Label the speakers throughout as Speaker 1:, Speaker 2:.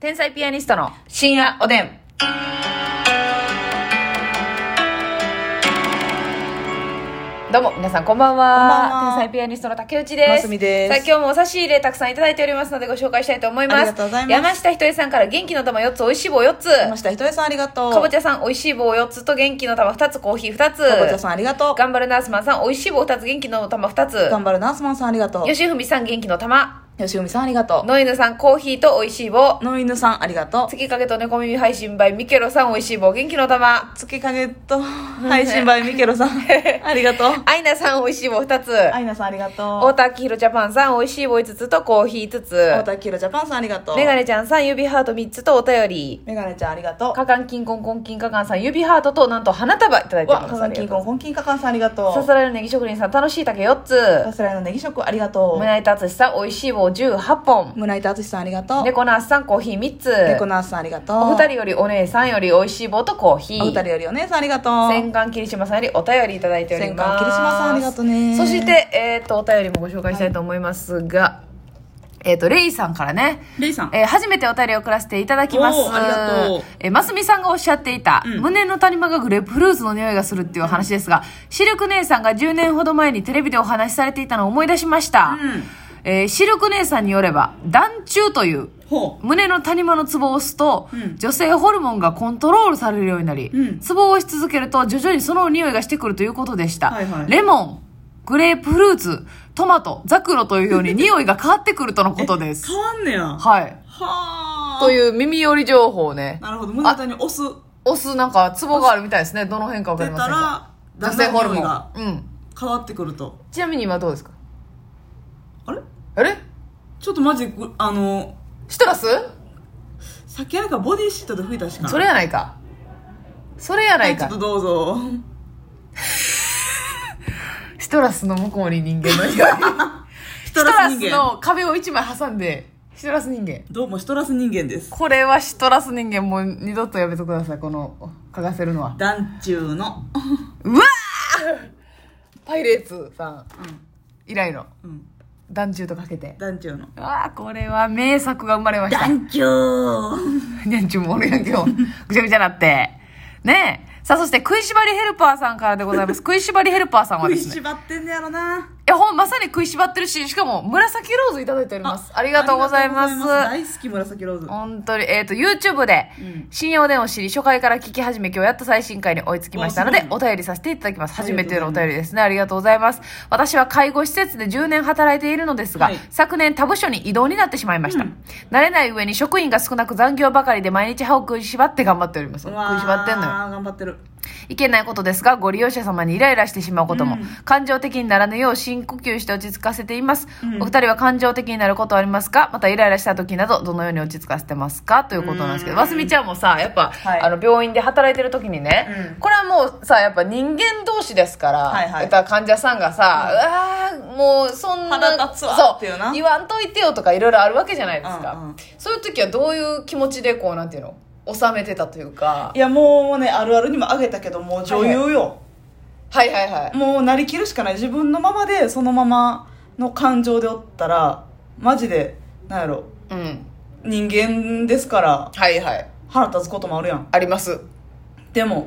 Speaker 1: 天才ピアニストの深夜おでん。どうも皆さんこんばんは
Speaker 2: こんばんは
Speaker 1: 天才ピアニストの竹内です
Speaker 2: ますみです
Speaker 1: さあ今日もお差し入れたくさんいただいておりますのでご紹介したいと思います
Speaker 2: ありがとうございます
Speaker 1: 山下ひとえさんから元気の玉4つ美味しい棒4つ
Speaker 2: 来ました。ひとえさんありがとう。
Speaker 1: かぼちゃさん美味しい棒4つと元気の玉2つコーヒー2つ
Speaker 2: かぼちゃさんありがとう。
Speaker 1: 頑張るナースマンさん美味しい棒2つ元気の玉2つ
Speaker 2: 頑張るナースマンさんありがとう。
Speaker 1: よしふみさん元気の玉
Speaker 2: よしうみさんありがと
Speaker 1: ノイヌさんコーヒーと美味しい棒
Speaker 2: う。の犬さんありがと
Speaker 1: 月影と猫耳配信 by ミケロさん美味しい棒元気の玉
Speaker 2: う。月影と配信バイミケロさんありがとう。
Speaker 1: アイナさん美味しい棒2つ
Speaker 2: アイナさんありがと
Speaker 1: 太田明宏ジャパンさん美味しい棒5つとコーヒー5
Speaker 2: う。太
Speaker 1: つ
Speaker 2: 田キロジャパンさんありがとう。
Speaker 1: メガネちゃんさん指ハート3つとお便り
Speaker 2: メガネちゃんありがとう。
Speaker 1: カカンキンコンコンキンカカンさん指ハートとなんと花束いただいており
Speaker 2: わ、
Speaker 1: ます
Speaker 2: カザンキンコン、コンキンカカンさんありがとう。
Speaker 1: さすらいのネギ職人さん楽しい竹4
Speaker 2: さ
Speaker 1: つ
Speaker 2: すらいのネギ食ありがと
Speaker 1: 胸板淳さん美味しい棒18本
Speaker 2: う。村井田淳さんありがとう。
Speaker 1: 猫ナースさんコーヒー3つ
Speaker 2: 猫ナースさんありがとう。
Speaker 1: お二人よりお姉さんより美味しい棒とコーヒー
Speaker 2: お二人よりお姉さんありがとう。
Speaker 1: 戦艦霧島さんよりお便りいただいております
Speaker 2: 戦艦霧島さんありがとね
Speaker 1: そしてえっ、とお便りもご紹介したいと思いますが、えっ、とレイさんからね
Speaker 2: レイさん
Speaker 1: えー初めてお便りを送らせていただきます
Speaker 2: おーありがとう
Speaker 1: えーますみさんがおっしゃっていた、
Speaker 2: うん
Speaker 1: 胸の谷間がグレープフルーツの匂いがするっていう話ですが、シルク姉さんが10年ほど前にテレビでお話しされていたのを思い出しました、
Speaker 2: うん
Speaker 1: えーシルク姉さんによれば団中という
Speaker 2: ほう。
Speaker 1: 胸の谷間のツボを押すと、
Speaker 2: うん
Speaker 1: 女性ホルモンがコントロールされるようになり、
Speaker 2: うん
Speaker 1: ツボを押し続けると徐々にその匂いがしてくるということでした、
Speaker 2: はいはい
Speaker 1: レモングレープフルーツトマトザクロというよう に匂いが変わってくるとのことです
Speaker 2: わんねや。は
Speaker 1: はい
Speaker 2: あ
Speaker 1: と
Speaker 2: う。
Speaker 1: いう耳寄り情報をね
Speaker 2: なるほど。胸に押す。
Speaker 1: 押すなんかツボがあるみたいですねどの辺か分か
Speaker 2: 出
Speaker 1: りませ
Speaker 2: た
Speaker 1: んが
Speaker 2: ら、
Speaker 1: 女性ホルモ
Speaker 2: だんだん匂い
Speaker 1: ンう
Speaker 2: が
Speaker 1: ん
Speaker 2: 変わってくると。
Speaker 1: ちなみに今どうですか
Speaker 2: あれ
Speaker 1: あれ
Speaker 2: ちょっとマジ、ぐあの、
Speaker 1: シトラス
Speaker 2: さっきなんかボディシートで拭いたしな。
Speaker 1: それやないかそれやな
Speaker 2: はいい、ちょ
Speaker 1: か
Speaker 2: っとどうぞ。
Speaker 1: シトラスの向こうに人間 の匂い
Speaker 2: シ
Speaker 1: シトラス。の壁を一枚挟んで、シトラス人間。
Speaker 2: どうもシトラス人間です。
Speaker 1: これはシトラス人間もう二度とやめてください、この、嗅がせるのは。
Speaker 2: 団中の。
Speaker 1: うわーパイレーツさん以来の、
Speaker 2: うん。うん。
Speaker 1: 団中とかけて。
Speaker 2: 団中の。
Speaker 1: うわーこれは名作が生まれました。
Speaker 2: 団 中
Speaker 1: 団中もおるやん けど、ぐちゃぐちゃなって。ねえ。さあ、そして、食いしばりヘルパーさんからでございます。食いしばりヘルパーさんは
Speaker 2: 食
Speaker 1: で
Speaker 2: い
Speaker 1: すね
Speaker 2: し。ばってんねやろな。
Speaker 1: え、ほん、まさに食いしばってるし、しかも、紫ローズいただいております。ありがとうございま
Speaker 2: あり
Speaker 1: す
Speaker 2: がとうご。ざいます大好き紫ローズ。
Speaker 1: 本当に、えっ、と、YouTube で
Speaker 2: うん、
Speaker 1: 深夜おでんを知り、初回から聞き始め、今日やっと最新回に追いつきましたの
Speaker 2: わあ
Speaker 1: で、
Speaker 2: すご
Speaker 1: お便りさせていただきます。
Speaker 2: あ
Speaker 1: 初
Speaker 2: りが
Speaker 1: め
Speaker 2: と
Speaker 1: て
Speaker 2: うございます
Speaker 1: のお便りですね。ありがとうございます。私は介護施設で10年働いているのですが、
Speaker 2: はい
Speaker 1: 昨年他部署に異動になってしまいました。
Speaker 2: うん
Speaker 1: 慣れない上に職員が少なく残業ばかりで毎日歯を食いしばって頑張っております。食
Speaker 2: う
Speaker 1: い
Speaker 2: わー
Speaker 1: しばってんのよ。
Speaker 2: 頑張ってる。
Speaker 1: いけないことですが、ご利用者様にイライラしてしまうことも、
Speaker 2: うん
Speaker 1: 感情的にならぬよう深呼吸して落ち着かせています。
Speaker 2: うん
Speaker 1: お二人は感情的になることはありますかまたイライラした時など、どのように落ち着かせてますかということなんですけど、
Speaker 2: うん
Speaker 1: わすみちゃんもさ、やっぱ、
Speaker 2: はい
Speaker 1: あの、病院で働いてる時にね、
Speaker 2: うん
Speaker 1: これはもうさ、やっぱ人間同士ですから、
Speaker 2: はいはい
Speaker 1: やっぱ患者さんがさ、うわーもうそんな、
Speaker 2: 腹立つわ
Speaker 1: そう
Speaker 2: っていうな
Speaker 1: 言わんといてよとかいろいろあるわけじゃないですか。
Speaker 2: うんうん
Speaker 1: そういう時はどういう気持ちで、こう、なんていうの収めてたというか
Speaker 2: い、や、もうね、あるあるにもあげたけど、もう女優よ。
Speaker 1: はいはいはい。
Speaker 2: もうなりきるしかない自分のままでそのままの感情でおったらマジでなんやろ
Speaker 1: うん。
Speaker 2: 人間ですから
Speaker 1: はいはい。
Speaker 2: 腹立つこともあるやん
Speaker 1: あります。
Speaker 2: でも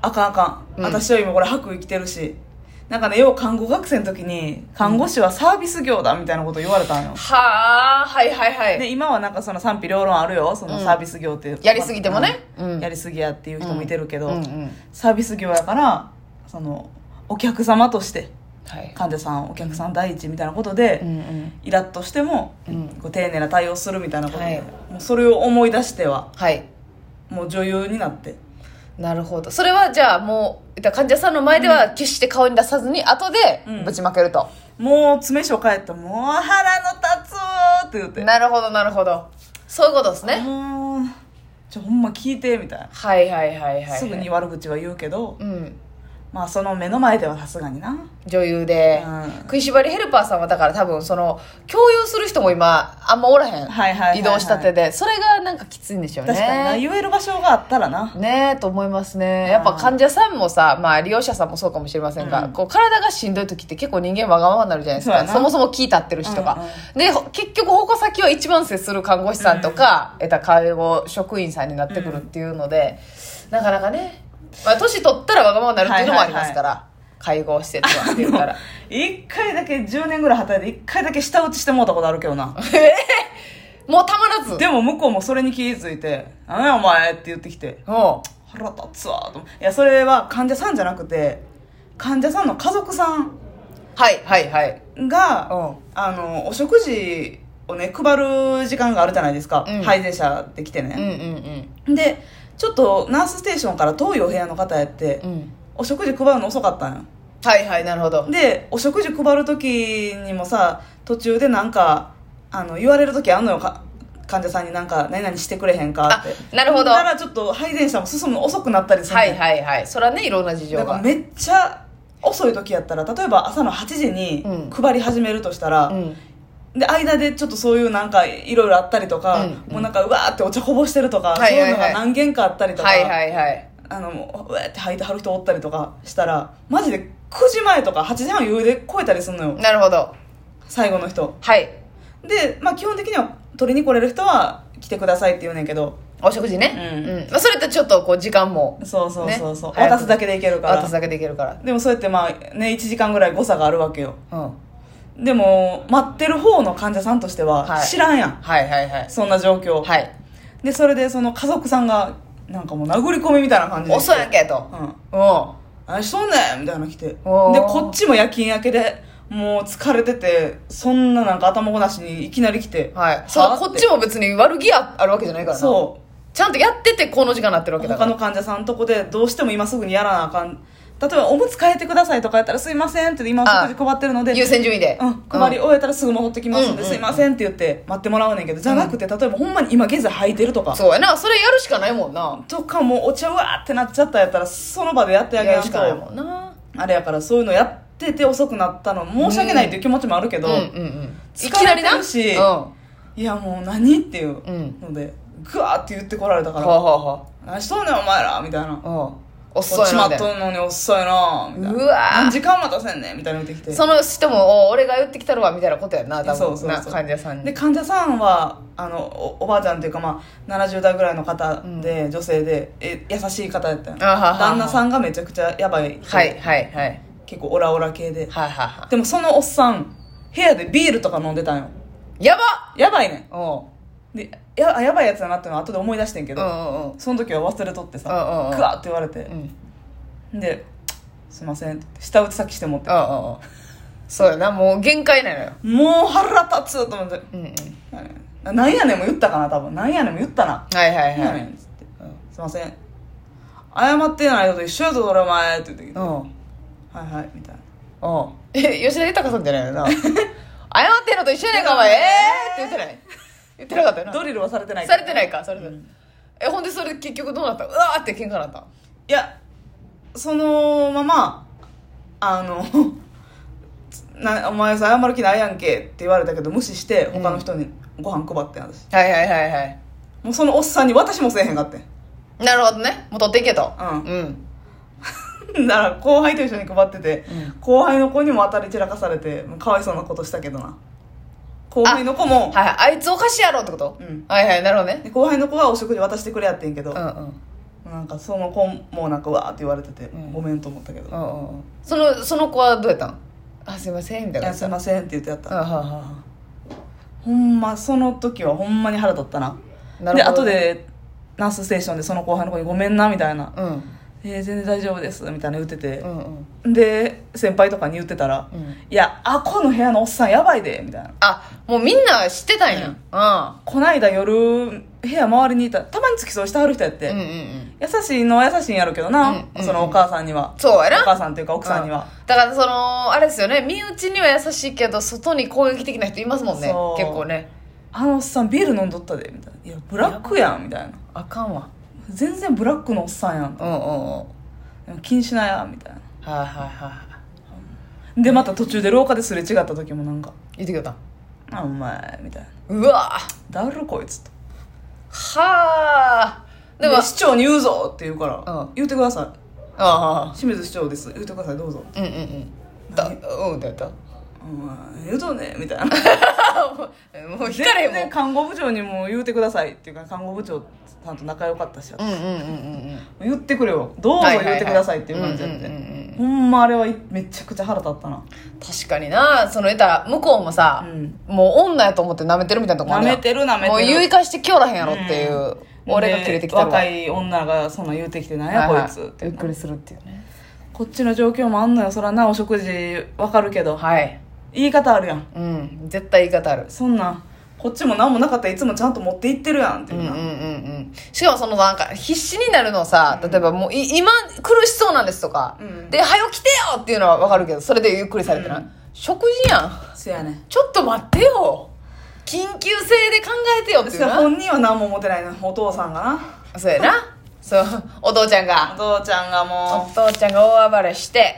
Speaker 2: あかんあかん、
Speaker 1: うん
Speaker 2: 私は今これ白衣着てるしなんかねよう看護学生の時に看護師はサービス業だみたいなこと言われたんよ、
Speaker 1: はあ、はいはいはい。
Speaker 2: で今はなんかその賛否両論あるよそのサービス業っていう、
Speaker 1: やりすぎてもね
Speaker 2: うん
Speaker 1: うん
Speaker 2: やりすぎやっていう人もいてるけど、
Speaker 1: うんうん。
Speaker 2: サービス業やからそのお客様として
Speaker 1: はい。
Speaker 2: 患者さんお客さん第一みたいなことで、
Speaker 1: うんうん。
Speaker 2: イラッとしても、
Speaker 1: うん
Speaker 2: こう丁寧な対応するみたいなことで、
Speaker 1: はい
Speaker 2: もうそれを思い出しては
Speaker 1: はい。
Speaker 2: もう女優になって
Speaker 1: なるほど。それはじゃあもう、患者さんの前では決して顔に出さずに、後で
Speaker 2: うん
Speaker 1: ぶちまけると。
Speaker 2: もう詰所帰って「もう腹の立つわ」って言って
Speaker 1: なるほど、なるほど。そういうことです
Speaker 2: 「
Speaker 1: ね。
Speaker 2: もうちょほんま聞いて」みたいな、
Speaker 1: はいはいはいはい。
Speaker 2: すぐに。悪口は言うけど
Speaker 1: うん。
Speaker 2: まあその目の前ではさすがにな
Speaker 1: 女優で、
Speaker 2: うん
Speaker 1: 食いしばりヘルパーさんはだから多分その共有する人も今あんまおらへん、
Speaker 2: はいはいはいはい
Speaker 1: 移動したてでそれがなんかきついんでしょうね
Speaker 2: 確かにな言える場所があったらな
Speaker 1: ねえと思いますねやっぱ患者さんもさ、まあ、利用者さんもそうかもしれませんが、
Speaker 2: うん
Speaker 1: こう体がしんどい時って結構人間わがままになるじゃないです
Speaker 2: そう
Speaker 1: か
Speaker 2: や
Speaker 1: そ
Speaker 2: な
Speaker 1: もそも気立ってるしとか、でほ結局矛先は一番接する看護師さんとか、えた介護職員さんになってくるっていうので、なかなかね、まあ、年取ったらわがままになるっていうのもありますから、介護施設はって言ったら
Speaker 2: 一回だけ10年ぐらい働いて一回だけ舌打ちしてもうたことあるけど な
Speaker 1: もうたまらず
Speaker 2: でも向こうもそれに気づいて「何やお前」って言ってきて
Speaker 1: も
Speaker 2: 腹立つわと思っていやそれは患者さんじゃなくて患者さんの家族さん
Speaker 1: うはいはいはい
Speaker 2: が、
Speaker 1: うん
Speaker 2: あのお食事をね配る時間があるじゃないですか、
Speaker 1: うん
Speaker 2: 配膳者で来て
Speaker 1: うん
Speaker 2: ね、
Speaker 1: うん
Speaker 2: でちょっとナースステーションから遠いお部屋の方やって、
Speaker 1: うんうん
Speaker 2: お食事配るの遅かったんよ
Speaker 1: はいはいなるほど
Speaker 2: でお食事配る時にもさ途中でなんかあの言われる時あんのよか患者さんになんか何々してくれへんかって
Speaker 1: あなるほど
Speaker 2: だからちょっと配膳者も進むの遅くなったりするねん
Speaker 1: はいはいはいそれはねいろんな事情
Speaker 2: だから
Speaker 1: が
Speaker 2: めっちゃ遅い時やったら例えば朝の8時に
Speaker 1: うん
Speaker 2: 配り始めるとしたら、
Speaker 1: うん
Speaker 2: で間でちょっとそういうなんかいろいろあったりとか、
Speaker 1: うん
Speaker 2: もうなんかうわーってお茶こぼしてるとか、
Speaker 1: はいはいはい
Speaker 2: そういうのが何件かあったりとか、
Speaker 1: はいはいはい
Speaker 2: あのもううわーって吐いてはる人おったりとかしたらマジで9時前とか8時半余裕で超えたりするのよ
Speaker 1: なるほど
Speaker 2: 最後の人
Speaker 1: はい
Speaker 2: で、まあ、基本的には取りに来れる人は来てくださいって言うねんけど
Speaker 1: お食事ね
Speaker 2: うん
Speaker 1: うんまあ、それとちょっとこう時間も
Speaker 2: そうそうそうそう、
Speaker 1: ね早く
Speaker 2: 渡すだけでいけるから
Speaker 1: 渡すだけでいけるか
Speaker 2: でもそうやってまあね1時間ぐらい誤差があるわけよ
Speaker 1: らうん
Speaker 2: でも待ってる方の患者さんとしては
Speaker 1: はい
Speaker 2: 知らんやん、
Speaker 1: はいはいはい
Speaker 2: そんな状況、
Speaker 1: はい
Speaker 2: でそれでその家族さんがなんかもう殴り込みみたいな感じで
Speaker 1: 遅いやんけと
Speaker 2: うん
Speaker 1: うんは
Speaker 2: 何しとんねんみたいなの来てで
Speaker 1: おー
Speaker 2: こっちも夜勤明けでもう疲れててそんななんか頭ごなしにいきなり来て
Speaker 1: いそう
Speaker 2: って
Speaker 1: こっちも別に悪気ああるわけじゃないからな
Speaker 2: そう
Speaker 1: ちゃんとやっててこの時間になってるわけだか
Speaker 2: 他
Speaker 1: ら
Speaker 2: の患者さんのとこでどうしても今すぐにやらなあかん例えばおむつ変えてくださいとかやったら「すいません」って今お食事配ってるので
Speaker 1: 優先順位で
Speaker 2: うん、配り
Speaker 1: うん
Speaker 2: 終えたらすぐ戻ってきますんで、
Speaker 1: うん
Speaker 2: すいませんって言って待ってもらうねんけど、じゃなくて例えばほんまに今現在履いてるとか
Speaker 1: そうやなそれやるしかないもんな
Speaker 2: とかもうお茶うわーってなっちゃったやったらその場でやってあげ
Speaker 1: や
Speaker 2: る
Speaker 1: る
Speaker 2: し
Speaker 1: し
Speaker 2: か
Speaker 1: か
Speaker 2: な
Speaker 1: ない
Speaker 2: いもん
Speaker 1: もんな
Speaker 2: あれやからそういうのやってて遅くなったの申し訳ないっていう気持ちもあるけ
Speaker 1: う
Speaker 2: ど、
Speaker 1: んうんうん
Speaker 2: 疲れてるし
Speaker 1: いきなりなうん
Speaker 2: いやもう何っていう
Speaker 1: うん
Speaker 2: のでグワーって言ってこられたか
Speaker 1: は
Speaker 2: ら
Speaker 1: あは
Speaker 2: 「何しとんねんお前ら」みたいな
Speaker 1: あはあうん
Speaker 2: 「
Speaker 1: 遅いな
Speaker 2: ま
Speaker 1: みた
Speaker 2: っ
Speaker 1: いな
Speaker 2: とんのに遅いな」みたいな
Speaker 1: うわー
Speaker 2: 何時間待たせんねん」みたいなの言ってきて
Speaker 1: その人もお俺が言ってきたるわみたいなことやな多分
Speaker 2: そうそうそう
Speaker 1: な患者さんに
Speaker 2: で患者さんはあのおおばあちゃんっていうか、まあ、70代ぐらいの方で、女性でえ優しい方やったんよ
Speaker 1: あはは
Speaker 2: 旦那さんがめちゃくちゃやばい人
Speaker 1: はいはいはい
Speaker 2: 結構オラオラ系で
Speaker 1: はいはいは
Speaker 2: でもそのおっさん部屋でビールとか飲んでたんよ
Speaker 1: いやば
Speaker 2: やばいね
Speaker 1: おうん
Speaker 2: でややばいやつだなっていうのは後で思い出してんけ
Speaker 1: う
Speaker 2: ど、
Speaker 1: んうんうん
Speaker 2: その時は忘れとってさ
Speaker 1: うんうんうん
Speaker 2: クワって言われて
Speaker 1: う、ん
Speaker 2: で「すいません」って下打ち先して持って
Speaker 1: うんうんそうやなもう限界なのよ
Speaker 2: もう腹立つと思って
Speaker 1: うんうん
Speaker 2: 「ななんやねん」も言ったかな多分「なんやねん」も言ったな
Speaker 1: はいはい
Speaker 2: 何や
Speaker 1: は
Speaker 2: ね
Speaker 1: い
Speaker 2: んっつって「すいません謝ってないのと一緒やぞそれお前」って言ってきて「
Speaker 1: うんうん
Speaker 2: はいはい」みたいな
Speaker 1: うんえ吉田豊さんじゃない よな謝ってんのと一緒やないかお前ええーって言ってない言ってなかったよな
Speaker 2: ドリルはされてない
Speaker 1: されてないいかされてないえほんでそれ結局どうなったうわーって喧嘩なった
Speaker 2: いやそのままあの な「お前さ謝る気ないやんけ」って言われたけど無視して他の人にご飯配ってん私
Speaker 1: はいはいはいはい
Speaker 2: もうそのおっさんに私もせえへんかって
Speaker 1: なるほどねもう取っていけと
Speaker 2: うん
Speaker 1: うん
Speaker 2: ん だから後輩と一緒に配ってて、
Speaker 1: うん
Speaker 2: 後輩の子にも当たり散らかされてもうかわいそうなことしたけどな後輩の子も
Speaker 1: はいはいあいつおかしいやろってこと
Speaker 2: うん
Speaker 1: はいはいなるほどね
Speaker 2: で後輩の子はお食事渡してくれやってんけど、
Speaker 1: うんうん
Speaker 2: なんかその子もなんかわーって言われてて、
Speaker 1: うん
Speaker 2: ごめんと思ったけど「
Speaker 1: うんうんそのその子はどうやったんあすいませんみたい
Speaker 2: い
Speaker 1: な
Speaker 2: やすいません」って言ってやった、
Speaker 1: あはあは
Speaker 2: ほんまその時はほんまに腹立ったな
Speaker 1: あな
Speaker 2: で
Speaker 1: るほ
Speaker 2: 後
Speaker 1: ど
Speaker 2: でナースステーションでその後輩の子に「ごめんな」みたいな
Speaker 1: うんうん
Speaker 2: 「えー全然大丈夫です」みたいな言ってて
Speaker 1: う、ん
Speaker 2: で先輩とかに言ってたら「
Speaker 1: うん
Speaker 2: いやあこの部屋のおっさんやばいで」みたいな
Speaker 1: あもうみんな知ってたんやうん
Speaker 2: 「こないだ夜部屋周りにいたたまに付き添いしてはる人やって、
Speaker 1: うんうんうん
Speaker 2: 優しいのは優しいんやろうけどな、
Speaker 1: うんうんうん
Speaker 2: そのお母さんには
Speaker 1: そうや
Speaker 2: お母
Speaker 1: な
Speaker 2: さんというか奥さんには、
Speaker 1: うだからそのあれですよね身内には優しいけど外に攻撃的な人いますもんね
Speaker 2: そう
Speaker 1: 結構ね
Speaker 2: あのおっさんビール飲んどったで」みたいな「いやブラックやん」みたいな
Speaker 1: あかんわ
Speaker 2: 全然ブラックのおっさんやん
Speaker 1: うんうんうん
Speaker 2: でも気にしなやみたいな
Speaker 1: はいはいはい
Speaker 2: でまた途中で廊下ですれ違った時もなんか
Speaker 1: 言ってくれた
Speaker 2: 「あお前」みたいな
Speaker 1: うわ
Speaker 2: 「だるこいつ」と
Speaker 1: はあ
Speaker 2: 「
Speaker 1: で
Speaker 2: で
Speaker 1: も
Speaker 2: 市長に言うぞ」って言うから「
Speaker 1: うん
Speaker 2: 言うてください
Speaker 1: あ
Speaker 2: 清水市長です言うてくださいどうぞ
Speaker 1: あうんうんうんだうんだった」
Speaker 2: うん「言うとんね」みたいな
Speaker 1: もう引かれへんも
Speaker 2: で
Speaker 1: ん
Speaker 2: 看護部長にも言うてくださいっていうか看護部長さんと仲良かったし、
Speaker 1: うんうんうんうんうん
Speaker 2: 言ってくれよどうぞ言ってくださいっていう感じやっ
Speaker 1: はいはいはいうんうんうんう
Speaker 2: てほんまあれはいめちゃくちゃ腹立ったな
Speaker 1: 確かになその得たら向こうもさ、
Speaker 2: うん
Speaker 1: もう女やと思って舐めてるみたいなとこもあ
Speaker 2: な
Speaker 1: るや
Speaker 2: め
Speaker 1: ん
Speaker 2: てるなめてる
Speaker 1: もう言い返してきょらへんやろっていう、俺が切れてきてるわ
Speaker 2: で若い女がそんなん言うてきてなんやこ
Speaker 1: はいは
Speaker 2: つって
Speaker 1: びっくりするっていうね
Speaker 2: こっちの状況もあんのよそらなお食事わかるけど
Speaker 1: はい
Speaker 2: 言い方あるやん
Speaker 1: うん絶対言い方ある
Speaker 2: そんなんこっちも何もなかったらいつもちゃんと持って行ってるやんって
Speaker 1: う
Speaker 2: い
Speaker 1: ん
Speaker 2: う
Speaker 1: うんうん
Speaker 2: な、
Speaker 1: うんしかもそのなんか必死になるのさ例えばもうい今苦しそうなんですとか、
Speaker 2: うん
Speaker 1: で「はよ来てよ!」っていうのは分かるけどそれでゆっくりされてな、
Speaker 2: うん
Speaker 1: 食事やん
Speaker 2: そやね
Speaker 1: ちょっと待ってよ緊急性で考えてよってい
Speaker 2: そうや
Speaker 1: な
Speaker 2: 本人は何も持てないのお父さんが
Speaker 1: そうやなそうお父ちゃんが
Speaker 2: なお父ちゃんが
Speaker 1: お
Speaker 2: もう
Speaker 1: 父ちゃんが大暴れして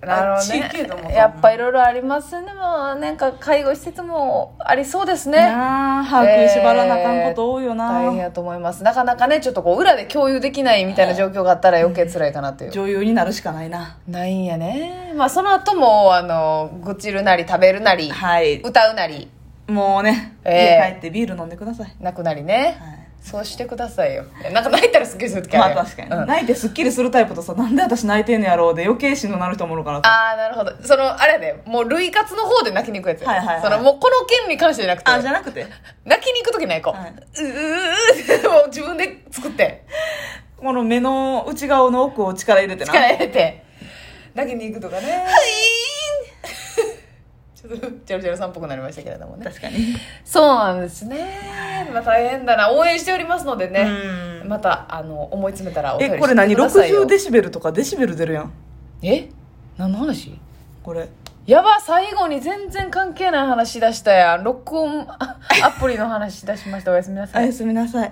Speaker 1: なるほど
Speaker 2: あっち行けと思っ
Speaker 1: ね
Speaker 2: た
Speaker 1: やっぱいろいろありますねもうなんか介護施設もありそうですね
Speaker 2: なあ歯食いしばらなあかんこと多いよな、
Speaker 1: 大変やと思いますなかなかねちょっとこう裏で共有できないみたいな状況があったら余計辛いかなっていう
Speaker 2: 女優になるしかないな
Speaker 1: ないんやねまあその後もあの愚痴るなり食べるなり
Speaker 2: はい
Speaker 1: 歌うなり
Speaker 2: もうね、
Speaker 1: ええ
Speaker 2: 家帰ってビール飲んでください、
Speaker 1: 泣くなりね
Speaker 2: はい
Speaker 1: そうしてくださいよいやなんか泣いたらすっきりする時
Speaker 2: ま
Speaker 1: あ
Speaker 2: あ
Speaker 1: るやん
Speaker 2: 確かに、
Speaker 1: うん
Speaker 2: 泣いてすっきりするタイプとさなんで私泣いてんのやろうで余計しんどなる人もおるからさ
Speaker 1: ああなるほどそのあれやでもう類活の方で泣きに行くやつや
Speaker 2: はいはいはい
Speaker 1: そのもうこの件に関してじゃなくて
Speaker 2: あじゃなくて
Speaker 1: 泣きに行く時ないこう、
Speaker 2: はいう
Speaker 1: ーってもう自分で作って
Speaker 2: この目の内側の奥を力入れてな
Speaker 1: 力入れて泣きに行くとかねはいちょっとジャルジャルさんっぽくなりましたけれどもね
Speaker 2: 確かに
Speaker 1: そうなんですねまあ大変だな応援しておりますのでね、
Speaker 2: うん
Speaker 1: またあの思い詰めたらお便りし
Speaker 2: え
Speaker 1: て
Speaker 2: これ何
Speaker 1: くださいよ
Speaker 2: 60デシベルとかデシベル出るやん
Speaker 1: え何の話
Speaker 2: これ
Speaker 1: やば最後に全然関係ない話し出したやん録音あアプリの話し出しましたおやすみなさい
Speaker 2: おやすみなさい